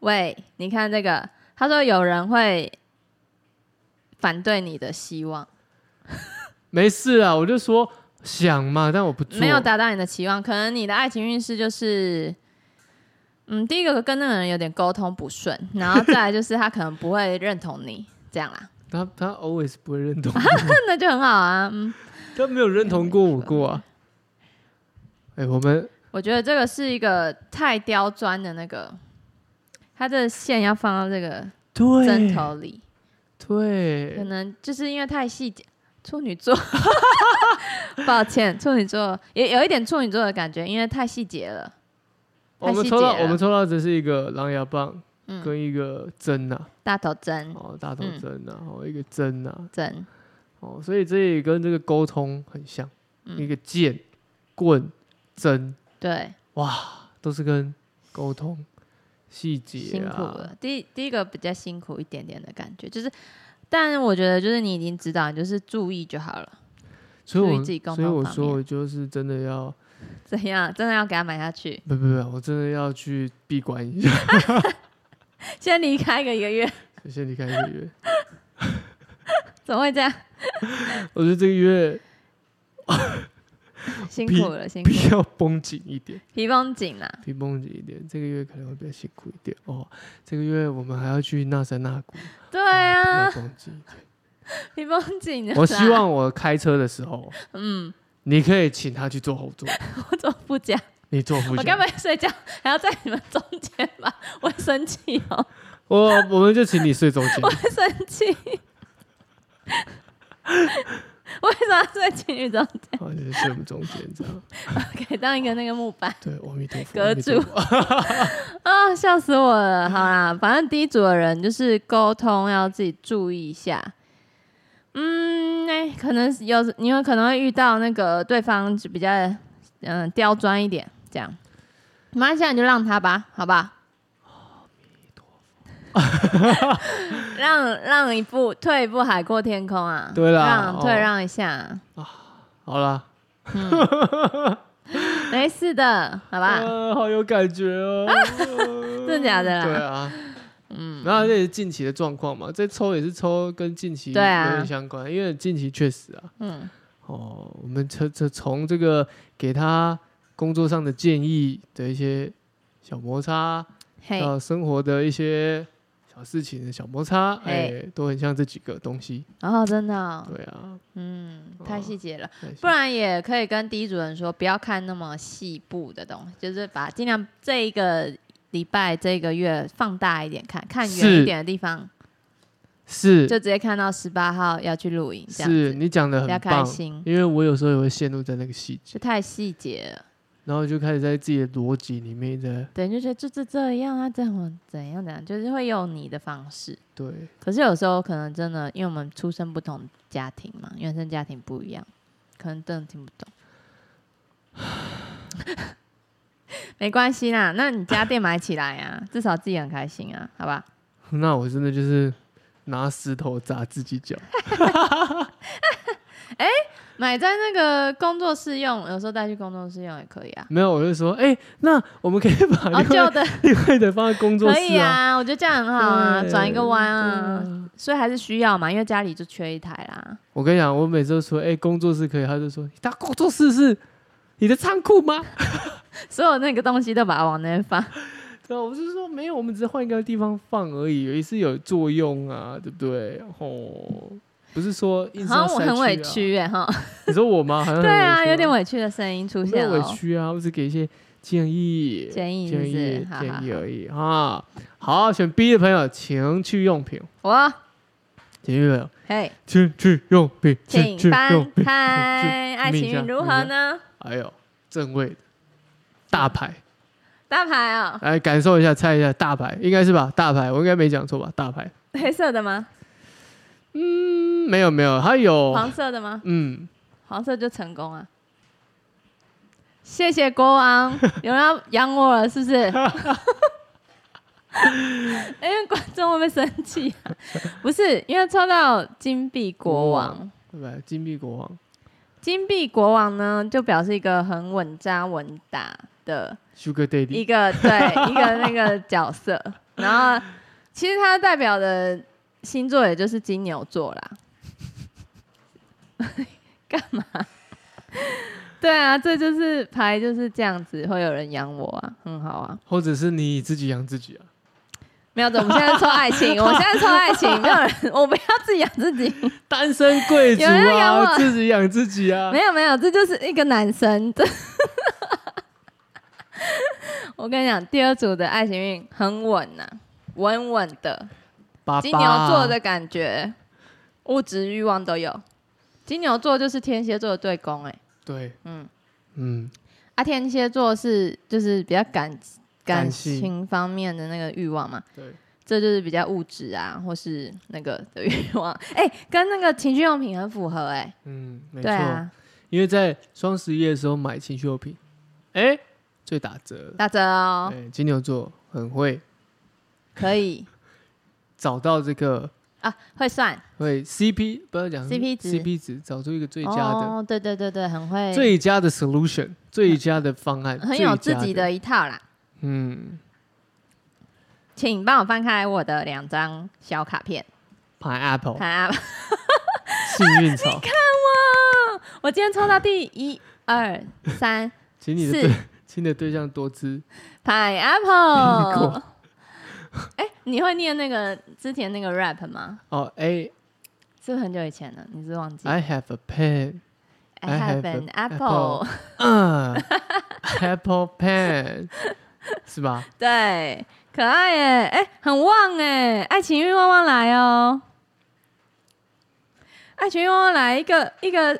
Speaker 2: 喂，你看这个，他说有人会反对你的希望，
Speaker 1: 没事啊，我就说想嘛，但我不做。
Speaker 2: 没有达到你的期望，可能你的爱情运势就是，嗯，第一个跟那个人有点沟通不顺，然后再来就是他可能不会认同你这样啦，
Speaker 1: 他他 always 不会认同，
Speaker 2: 那就很好啊。嗯，
Speaker 1: 他没有认同过我过啊。哎、我们
Speaker 2: 我觉得这个是一个太刁钻的那个，它的线要放到这个
Speaker 1: 对
Speaker 2: 针头里，可
Speaker 1: 对
Speaker 2: 能就是因为太细节。处女座， 抱歉，处女座也有一点处女座的感觉，因为太细节了。
Speaker 1: 我们
Speaker 2: 细
Speaker 1: 抽到
Speaker 2: 节了
Speaker 1: 我们抽到只是一个狼牙棒
Speaker 2: 嗯，
Speaker 1: 跟一个针呐、啊，
Speaker 2: 大头针
Speaker 1: 哦大头
Speaker 2: 嗯
Speaker 1: 针呐、啊，哦一个针呐、啊，
Speaker 2: 针，
Speaker 1: 哦，所以这也跟这个沟通很像，
Speaker 2: 嗯
Speaker 1: 一个剑、棍、针，
Speaker 2: 对，
Speaker 1: 哇，都是跟沟通细节
Speaker 2: 辛
Speaker 1: 啊，
Speaker 2: 苦了。第一第一个比较辛苦一点点的感觉，就是，但我觉得就是你已经知道，你就是注意就好了。
Speaker 1: 所以
Speaker 2: 注意
Speaker 1: 我
Speaker 2: 自己沟
Speaker 1: 所以
Speaker 2: 通
Speaker 1: 我
Speaker 2: 方
Speaker 1: 说
Speaker 2: 面
Speaker 1: 我就是真的要，
Speaker 2: 怎样？真的要给他买下 去？
Speaker 1: 不不不，我真的要去闭关一下，
Speaker 2: 先离开个一个月，
Speaker 1: 先离开一个月，
Speaker 2: 怎么会这样？
Speaker 1: 我觉得这个月
Speaker 2: 辛
Speaker 1: 皮
Speaker 2: 苦了，辛 苦
Speaker 1: 比
Speaker 2: 了，
Speaker 1: 较绷紧一点，
Speaker 2: 皮绷紧啊啦。
Speaker 1: 比绷紧一点，这个月可能会比较辛苦一点哦，这个月我们还要去那山那谷，
Speaker 2: 对
Speaker 1: 对
Speaker 2: 啊，
Speaker 1: 绷紧一点。
Speaker 2: 皮绷紧啊了啦。
Speaker 1: 我希望我开车的时候，
Speaker 2: 嗯，
Speaker 1: 你可以请他去坐后 座，
Speaker 2: 我怎么不讲？
Speaker 1: 你坐副
Speaker 2: 我
Speaker 1: 驾。
Speaker 2: 该不会睡觉还要在你们中间吧？ 我会生气哦，
Speaker 1: 我我们就请你睡中间
Speaker 2: 我，会生气。 为什么要睡情侣中 间？
Speaker 1: 好，哦就是睡我们中间这样。
Speaker 2: 可以当一个那个木板
Speaker 1: 对，阿弥陀佛，
Speaker 2: 隔
Speaker 1: 阿弥陀
Speaker 2: 住
Speaker 1: 佛。
Speaker 2: 啊、笑死我了！好啦，反正第一组的人就是沟通要自己注意一下。嗯，哎、可能有你有可能会遇到那个对方就比较嗯、刁钻一点，这样。没关系啊，你就让他吧，好吧？让让一步，退一步海阔天空啊！
Speaker 1: 对啦
Speaker 2: 让退
Speaker 1: 哦
Speaker 2: 让一下，
Speaker 1: 好啦，
Speaker 2: 没事的，好吧？
Speaker 1: 啊，好有感觉 哦。
Speaker 2: 真的假的啦
Speaker 1: 对 啊，嗯，然后这也是近期的状况嘛，这抽也是抽跟近期有
Speaker 2: 对啊
Speaker 1: 点相关，因为近期确实啊，
Speaker 2: 嗯，
Speaker 1: 哦，我们这这从这个给他工作上的建议的一些小摩擦，
Speaker 2: 嘿，
Speaker 1: 到生活的一些小事情的小摩擦，
Speaker 2: 嘿
Speaker 1: 哎，都很像这几个东西。
Speaker 2: 哦，真的、哦，
Speaker 1: 对啊，
Speaker 2: 嗯，
Speaker 1: 哦
Speaker 2: 太细节了。
Speaker 1: 开心
Speaker 2: 不然也可以跟第一主人说，不要看那么细部的东西，就是把尽量这一个礼拜、这一个月放大一点看，看远
Speaker 1: 是
Speaker 2: 一点的地方，
Speaker 1: 是
Speaker 2: 就直接看到十八号要去露营这样
Speaker 1: 是
Speaker 2: 子，
Speaker 1: 你讲的
Speaker 2: 比较
Speaker 1: 很
Speaker 2: 开
Speaker 1: 棒，
Speaker 2: 心，
Speaker 1: 因为我有时候也会陷入在那个细节，
Speaker 2: 就太细节了。
Speaker 1: 然后就开始在自己的逻辑里面在
Speaker 2: 对，就觉得就这这样啊，怎么怎样怎样，就是会用你的方式。
Speaker 1: 对
Speaker 2: 可是有时候可能真的，因为我们出生不同家庭嘛，原生家庭不一样，可能真的听不懂。 没关系啦，那你家店买起来 啊，至少自己很开心啊，好吧？
Speaker 1: 那我真的就是拿石头砸自己脚，
Speaker 2: 买在那个工作室用，有时候带去工作室用也可以啊。
Speaker 1: 没有，我就说，哎、那我们可以把
Speaker 2: 哦，
Speaker 1: 另外、
Speaker 2: 旧的
Speaker 1: 另外的放在工作
Speaker 2: 可以
Speaker 1: 室啊，
Speaker 2: 啊，我觉得这样很好啊，
Speaker 1: 对
Speaker 2: 转一个弯
Speaker 1: 对
Speaker 2: 啊，
Speaker 1: 啊
Speaker 2: 所以还是需要嘛，因为家里就缺一台啦。
Speaker 1: 我跟你讲，我每次都说，哎、工作室可以，他就说，他工作室是你的仓库吗？
Speaker 2: 所有那个东西都把它往那边放，
Speaker 1: 对啊，我是说没有，我们只是换一个地方放而已，也是有作用啊，对不对？哦，不是说硬是
Speaker 2: 好
Speaker 1: 要
Speaker 2: 像我
Speaker 1: 塞
Speaker 2: 很委
Speaker 1: 去啊
Speaker 2: 屈哎、哈。
Speaker 1: 你说我吗？好像
Speaker 2: 对啊，
Speaker 1: 很委屈
Speaker 2: 有点委屈的声音出
Speaker 1: 我没
Speaker 2: 现哦
Speaker 1: 有委
Speaker 2: 了。
Speaker 1: 屈啊，我只给一些建议，
Speaker 2: 建议是不
Speaker 1: 建
Speaker 2: 是
Speaker 1: 议，
Speaker 2: 好好
Speaker 1: 建议而已啊。好，选 B 的朋友，情趣用品，
Speaker 2: 我
Speaker 1: 情趣用品，
Speaker 2: 嘿，
Speaker 1: 情趣用品，情趣
Speaker 2: 请
Speaker 1: 用
Speaker 2: 翻
Speaker 1: 品。
Speaker 2: 开爱情运如何呢？
Speaker 1: 哎呦，正位的大牌，
Speaker 2: 大牌哦，
Speaker 1: 来感受一下，猜一下大牌，应该是吧？大牌，我应该没讲错吧？大牌，
Speaker 2: 黑色的吗？
Speaker 1: 嗯，没有没有，它有，
Speaker 2: 黄色的吗？
Speaker 1: 嗯，
Speaker 2: 黄色就成功啊！谢谢国 王，有人要养我了，是不 是？哎因为观众会不会生气啊？不是，因为抽到金币国
Speaker 1: 国
Speaker 2: 王，
Speaker 1: 拜拜，金币国王，
Speaker 2: 金币国王呢，就表示一个很稳扎稳打的
Speaker 1: Sugar Daddy，
Speaker 2: 一个对一个那个角色。 然后，其实它代表的星座也就是金牛座啦。 干嘛？对啊，这就是牌就是这样子，会有人养我啊，很好啊。
Speaker 1: 或者是你自己养自己啊？
Speaker 2: 没有，我们现在抽爱情，我现在抽爱情，没有人， 我不要自己养自己。
Speaker 1: 单身贵族
Speaker 2: 有人养
Speaker 1: 啊，
Speaker 2: 我
Speaker 1: 自己养自己啊。
Speaker 2: 没有没有，这就是一个男生。 这我跟你讲，第二组的爱情运很稳呐、稳稳的，
Speaker 1: 爸爸
Speaker 2: 金牛座的感觉，物质欲望都有。金牛座就是天蝎座的对宫、哎，
Speaker 1: 对，嗯
Speaker 2: 嗯
Speaker 1: 嗯，
Speaker 2: 啊，天蝎座是就是比较感
Speaker 1: 感
Speaker 2: 感
Speaker 1: 性
Speaker 2: 情方面的那个欲望嘛，
Speaker 1: 对，
Speaker 2: 这就是比较物质啊，或是那个的欲望，哎、跟那个情趣用品很符合、哎，
Speaker 1: 嗯，没错，
Speaker 2: 对啊，
Speaker 1: 因为在双十一的时候买情趣用品，哎、最打折。
Speaker 2: 打折
Speaker 1: 哎、
Speaker 2: 哦，
Speaker 1: 金牛座很会
Speaker 2: 可以
Speaker 1: 找到这个
Speaker 2: 啊，会算。
Speaker 1: 会 CP，不要讲
Speaker 2: CP 值
Speaker 1: CP 值找出一个最佳的、
Speaker 2: 哦，对对对对，很会，
Speaker 1: 最佳的 solution，最佳的方案，
Speaker 2: 很有
Speaker 1: 最
Speaker 2: 自
Speaker 1: 佳
Speaker 2: 己的一套啦。
Speaker 1: 嗯
Speaker 2: 请帮我翻开我的两张小卡片，
Speaker 1: pineapple
Speaker 2: 看啊，
Speaker 1: 幸运 草，
Speaker 2: 哇！我今天抽到第一、二、三
Speaker 1: 请你的
Speaker 2: 是
Speaker 1: 对，请你的对象多姿，
Speaker 2: ，pineapple
Speaker 1: 果。
Speaker 2: 哎，你会念那个之前那个 rap 吗？
Speaker 1: 哦，A
Speaker 2: 是不是很久以前了？你是不是忘记
Speaker 1: I have a pen，I
Speaker 2: I
Speaker 1: have
Speaker 2: have an
Speaker 1: a
Speaker 2: apple。
Speaker 1: 嗯，apple pen，是吧？
Speaker 2: 对，可爱耶，哎、很旺哎，爱情运旺旺来哦，爱情运旺旺来，一个一个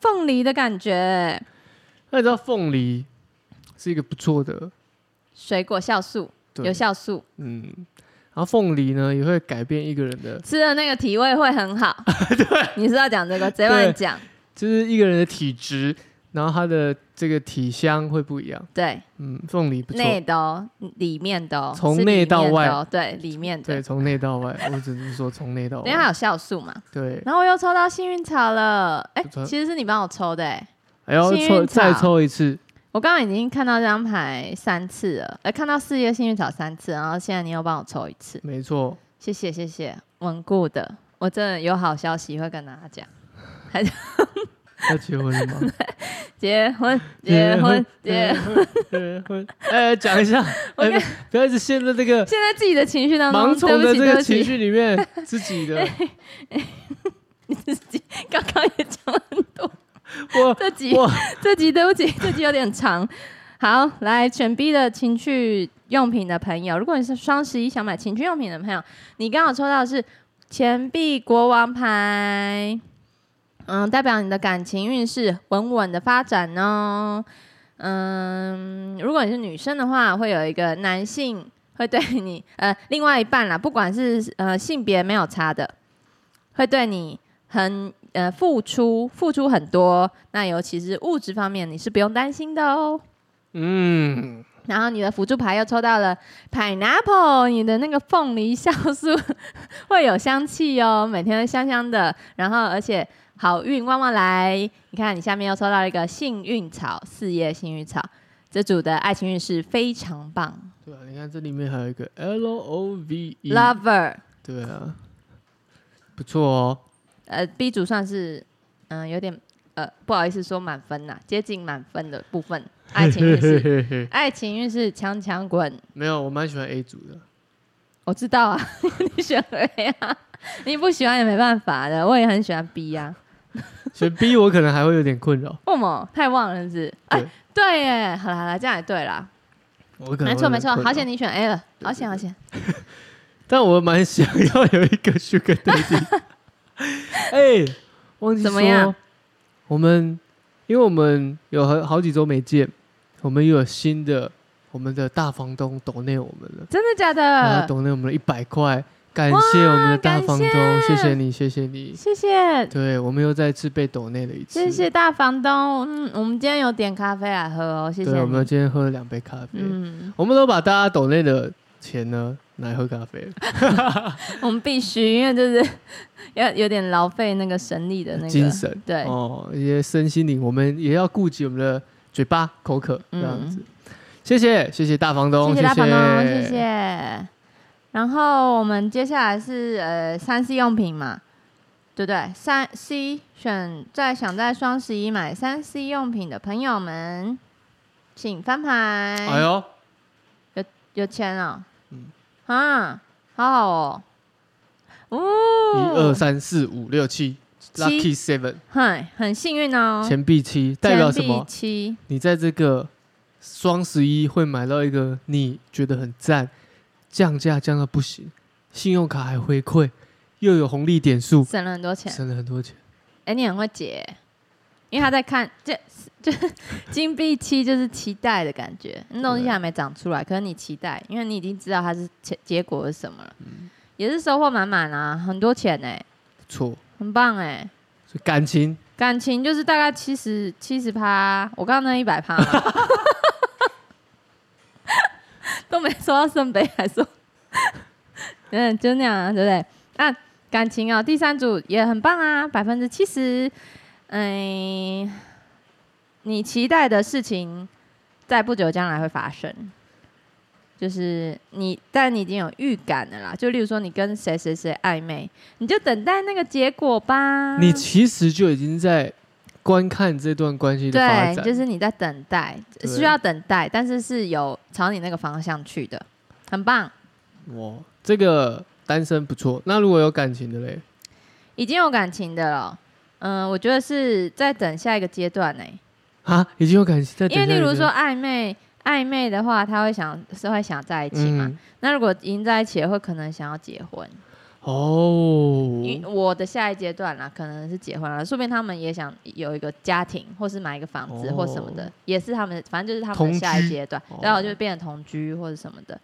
Speaker 2: 凤梨的感觉，
Speaker 1: 那你知道凤梨是一个不错的，
Speaker 2: 水果酵素有
Speaker 1: 对，
Speaker 2: 酵素，
Speaker 1: 嗯，然后凤梨呢也会改变一个人的，
Speaker 2: 吃了那个体味会很好。 对，你是要讲这 个，直接帮你
Speaker 1: 对
Speaker 2: 讲。
Speaker 1: 就是一个人的体质，然后他的这个体香会不一样。
Speaker 2: 对，
Speaker 1: 嗯，凤梨不错，
Speaker 2: 内的哦，里面的哦，
Speaker 1: 从
Speaker 2: 是
Speaker 1: 内
Speaker 2: 里
Speaker 1: 到
Speaker 2: 面的
Speaker 1: 外
Speaker 2: 哦，对，里面
Speaker 1: 对，
Speaker 2: 的，
Speaker 1: 从内到外，我只是说从内到
Speaker 2: 因为它
Speaker 1: 外，
Speaker 2: 有酵素嘛。
Speaker 1: 对。
Speaker 2: 然后我又抽到幸运草了，哎、
Speaker 1: 不错
Speaker 2: 其实是你帮我抽的、哎。
Speaker 1: 还要
Speaker 2: 幸运
Speaker 1: 抽再
Speaker 2: 草
Speaker 1: 抽一次，
Speaker 2: 我刚刚已经看到这张牌三次了，哎、看到四叶幸运草三次，然后现在你又帮我抽一次，
Speaker 1: 没错，
Speaker 2: 谢谢谢谢，稳固的，我真的有好消息会跟大家讲，
Speaker 1: 要结婚了吗？
Speaker 2: 结婚 结 婚结，
Speaker 1: 婚，结婚。哎，讲一下，
Speaker 2: 我
Speaker 1: 哎
Speaker 2: 看，
Speaker 1: 不要一直陷入这个
Speaker 2: 现在自己的情绪当
Speaker 1: 盲
Speaker 2: 中，
Speaker 1: 从
Speaker 2: 对
Speaker 1: 的
Speaker 2: 不
Speaker 1: 这
Speaker 2: 起对
Speaker 1: 个
Speaker 2: 不
Speaker 1: 情
Speaker 2: 起，
Speaker 1: 绪里面，自己的，
Speaker 2: 刚刚也讲了很多，
Speaker 1: 我
Speaker 2: 这集
Speaker 1: 哇
Speaker 2: 这集对不起，这集有点长。好，来选 B 的情趣用品的朋友，如果你是双十一想买情趣用品的朋友，你刚好抽到的是钱币国王牌，嗯，代表你的感情运势稳稳的发展哦。嗯，如果你是女生的话，会有一个男性会对你，呃，另外一半啦，不管是呃性别没有差的，会对你很呃付出，付出很多。那尤其是物质方面，你是不用担心的哦。
Speaker 1: 嗯，
Speaker 2: 然后你的辅助牌又抽到了 pineapple，你的那个凤梨酵素 会有香气哦，每天都香香的。然后而且好运旺旺来，你看你下面又抽到了一个幸运草，四叶幸运草。这组的爱情运势非常棒、
Speaker 1: 对啊，你看这里面还有一个 L O V E，
Speaker 2: l o v e r
Speaker 1: 对啊，不错哦，
Speaker 2: 呃，B 组算是嗯、有点呃不好意思说满分啦，接近满分的部分，爱情运势
Speaker 1: 嘿嘿
Speaker 2: 爱情运势强强滚，
Speaker 1: 没有，我蛮喜欢 A 组的，
Speaker 2: 我知道啊， 你选 A 啊，你不喜欢也没办法的，我也很喜欢 B 啊。
Speaker 1: 选 B 我可能还会有点困扰，
Speaker 2: 为什么？太旺了是不是？哎、
Speaker 1: 对
Speaker 2: 对耶，好啦好啦，这样也对啦，
Speaker 1: 我可能
Speaker 2: 没
Speaker 1: 会
Speaker 2: 错
Speaker 1: 有点
Speaker 2: 没错，
Speaker 1: 困
Speaker 2: 好
Speaker 1: 扰
Speaker 2: 险你选 A 了，
Speaker 1: 对
Speaker 2: 好险好险，
Speaker 1: 但我蛮想要有一个 Sugar Daddy。哎、忘记
Speaker 2: 怎么
Speaker 1: 说
Speaker 2: 样，
Speaker 1: 我们因为我们有好好几周没见，我们又有新的我们的大房东抖内我们了，
Speaker 2: 真的假
Speaker 1: 然后
Speaker 2: 的？
Speaker 1: 抖内我们了一百块，感谢我们的大房东，
Speaker 2: 感
Speaker 1: 谢
Speaker 2: 谢
Speaker 1: 谢你，谢谢你。
Speaker 2: 谢谢
Speaker 1: 对，我们又再次被抖内了一次，
Speaker 2: 谢谢大房东，嗯，我们今天有点咖啡来喝哦，谢谢
Speaker 1: 对，我们
Speaker 2: 你。
Speaker 1: 今天喝了两杯咖啡，
Speaker 2: 嗯，
Speaker 1: 我们都把大家抖内的钱呢拿来喝咖啡了，
Speaker 2: 我们必须，因为就是 要有点劳费那个神力 的那个
Speaker 1: 精。神
Speaker 2: 对，
Speaker 1: 哦，一些身心灵，我们也要顾及我们的嘴巴、口渴这
Speaker 2: 嗯
Speaker 1: 样子。谢谢，谢谢大房东，
Speaker 2: 谢
Speaker 1: 谢
Speaker 2: 大鹏哦，谢谢。然后我们接下来是呃三 C 用品嘛，对不对？三 C 选在想在双十一买三 C 用品的朋友们，请翻牌。
Speaker 1: 哎呦，
Speaker 2: 有钱啊、
Speaker 1: 嗯
Speaker 2: 啊，好好哦。
Speaker 1: 一二
Speaker 2: 哦，
Speaker 1: 三四五六七
Speaker 2: 七
Speaker 1: ，Lucky Seven，
Speaker 2: 嗨，很幸运哦。
Speaker 1: 钱币七，代表什
Speaker 2: 钱币
Speaker 1: 么？
Speaker 2: 七，
Speaker 1: 你在这个双十一会买到一个你觉得很赞，降价降到不行，信用卡还回馈，又有红利点数，
Speaker 2: 省了很多钱。
Speaker 1: 省了很多钱。
Speaker 2: 哎、你很会解，因为他在看这这金币期就是期待的感觉，那东西
Speaker 1: 对
Speaker 2: 还没长出来，可是你期待，因为你已经知道它是结结果是什么了，也是收获满满啊，很多钱哎、
Speaker 1: 不错，
Speaker 2: 很棒哎、
Speaker 1: 所以感情
Speaker 2: 感情就是大概七十七十趴，我刚刚那一百趴嘛 都没说到圣杯，还说，嗯，就那样、啊，对不对？那、感情哦，第三组也很棒啊，百分之七十，嗯，你期待的事情在不久将来会发生。就是你，但你已经有预感了啦。就例如说，你跟谁谁谁暧昧，你就等待那个结果吧。
Speaker 1: 你其实就已经在观看这段关系的发
Speaker 2: 对，
Speaker 1: 展，
Speaker 2: 就是你在等待，
Speaker 1: 对
Speaker 2: 需要等待，但是是有朝你那个方向去的，很棒。
Speaker 1: 哇，这个单身不错。那如果有感情的嘞，
Speaker 2: 已经有感情的了，嗯，我觉得是在等下一个阶段呢、
Speaker 1: 啊，已经有嗯感情，在
Speaker 2: 因为例如说暧昧，暧昧的话，他会想是会想在一起嘛。
Speaker 1: 嗯，
Speaker 2: 那如果已经在一起了，会可能想要结婚。
Speaker 1: 哦，
Speaker 2: 因为我的下一阶段啦，可能是结婚了，说不定他们也想有一个家庭，或是买一个房子
Speaker 1: 哦
Speaker 2: 或什么的，也是他们，反正就是他们
Speaker 1: 同
Speaker 2: 的
Speaker 1: 居
Speaker 2: 下一阶段
Speaker 1: 哦，
Speaker 2: 然后就变成同居或者什么的，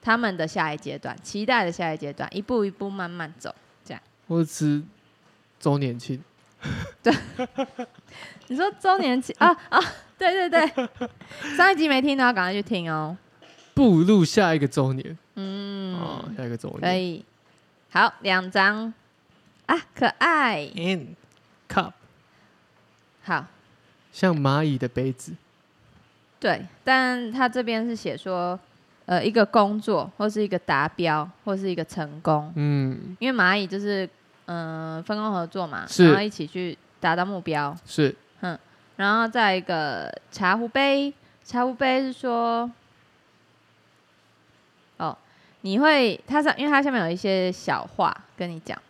Speaker 2: 他们的下一阶段，期待的下一阶段，一步一步慢慢走。
Speaker 1: 或者吃周年庆，
Speaker 2: 你说周年期啊啊，对对对，上一集没听到，赶快去听哦。
Speaker 1: 步入下一个周年
Speaker 2: 嗯，
Speaker 1: 啊，下一个周年。
Speaker 2: 可以，好，两张啊，可爱，
Speaker 1: in cup，
Speaker 2: 好，
Speaker 1: 像蚂蚁的杯子，
Speaker 2: 对，但他这边是写说，呃，一个工作或是一个达标或是一个成功，
Speaker 1: 嗯，
Speaker 2: 因为蚂蚁就是嗯、呃分工合作嘛，
Speaker 1: 是
Speaker 2: 然后一起去达到目标，
Speaker 1: 是
Speaker 2: 然后再一个茶壶杯，茶壶杯是说，哦，你会它上，因为它下面有一些小话跟你讲，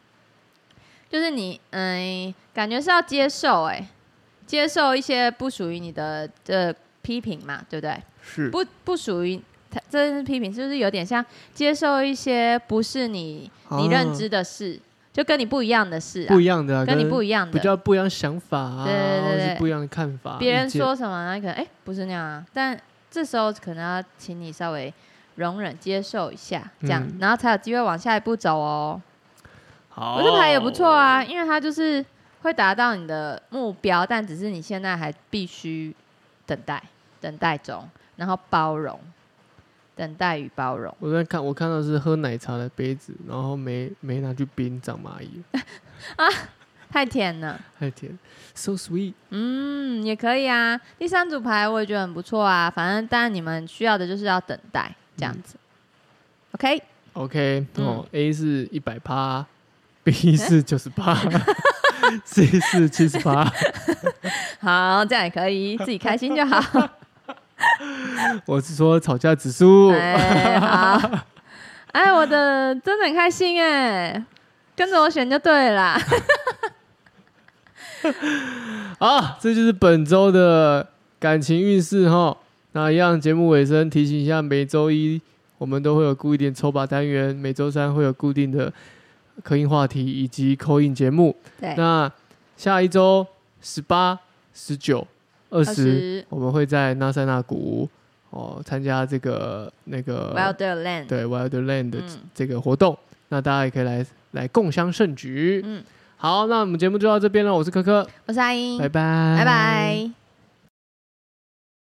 Speaker 2: 就是你嗯、感觉是要接受哎、接受一些不属于你的呃批评嘛，对不对？
Speaker 1: 是，
Speaker 2: 不不属于他，这是批评，就是有点像接受一些不是你你认知的事，就跟你不一样的事、啊，
Speaker 1: 啊不一样的啊，
Speaker 2: 跟你不
Speaker 1: 一
Speaker 2: 一样的，
Speaker 1: 比较不一样想法啊，
Speaker 2: 对对对
Speaker 1: 或是
Speaker 2: 对
Speaker 1: 不一样的看法，
Speaker 2: 别人
Speaker 1: 意见
Speaker 2: 说什么，那可能哎、不是那样啊，但这时候可能要请你稍微容忍、接受一下，这样，
Speaker 1: 嗯
Speaker 2: 然后才有机会往下一步走哦。
Speaker 1: 好，
Speaker 2: 我这牌也不错，啊，因为它就是会达到你的目标，但只是你现在还必须等待，等待中，然后包容，等待与包容。
Speaker 1: 我在看，我看到是喝奶茶的杯子，然后没没拿去冰，长蚂 蚁，
Speaker 2: 太甜了，
Speaker 1: 太甜，so sweet，
Speaker 2: 嗯，也可以啊。第三组牌我也觉得很不错啊，反正但你们需要的就是要等待这样子。OK，嗯
Speaker 1: OK，哦、a 是一百趴，B 是九十 趴，C 是七十趴，
Speaker 2: 好，这样也可以，自己开心就好。
Speaker 1: 我是说吵架指数，
Speaker 2: 哎，好，哎，我的真的很开心哎，跟着我选就对了啦。
Speaker 1: 好，啊这就是本周的感情运势哈。那一样节目尾声提醒一下，每周一我们都会有固定抽把单元，每周三会有固定的刻印话题以及扣印节目。
Speaker 2: 对，
Speaker 1: 那下一周十八、十九、二十，
Speaker 2: 20
Speaker 1: 我们会在纳塞纳谷哦参加这个那个
Speaker 2: Wildland，
Speaker 1: 对 Wildland 的
Speaker 2: 嗯
Speaker 1: 这个活动，那大家也可以来来共襄盛举。
Speaker 2: 嗯，
Speaker 1: 好，那我们节目就到这边了，我是科科，
Speaker 2: 我是阿英，
Speaker 1: 嗯拜拜，
Speaker 2: 拜拜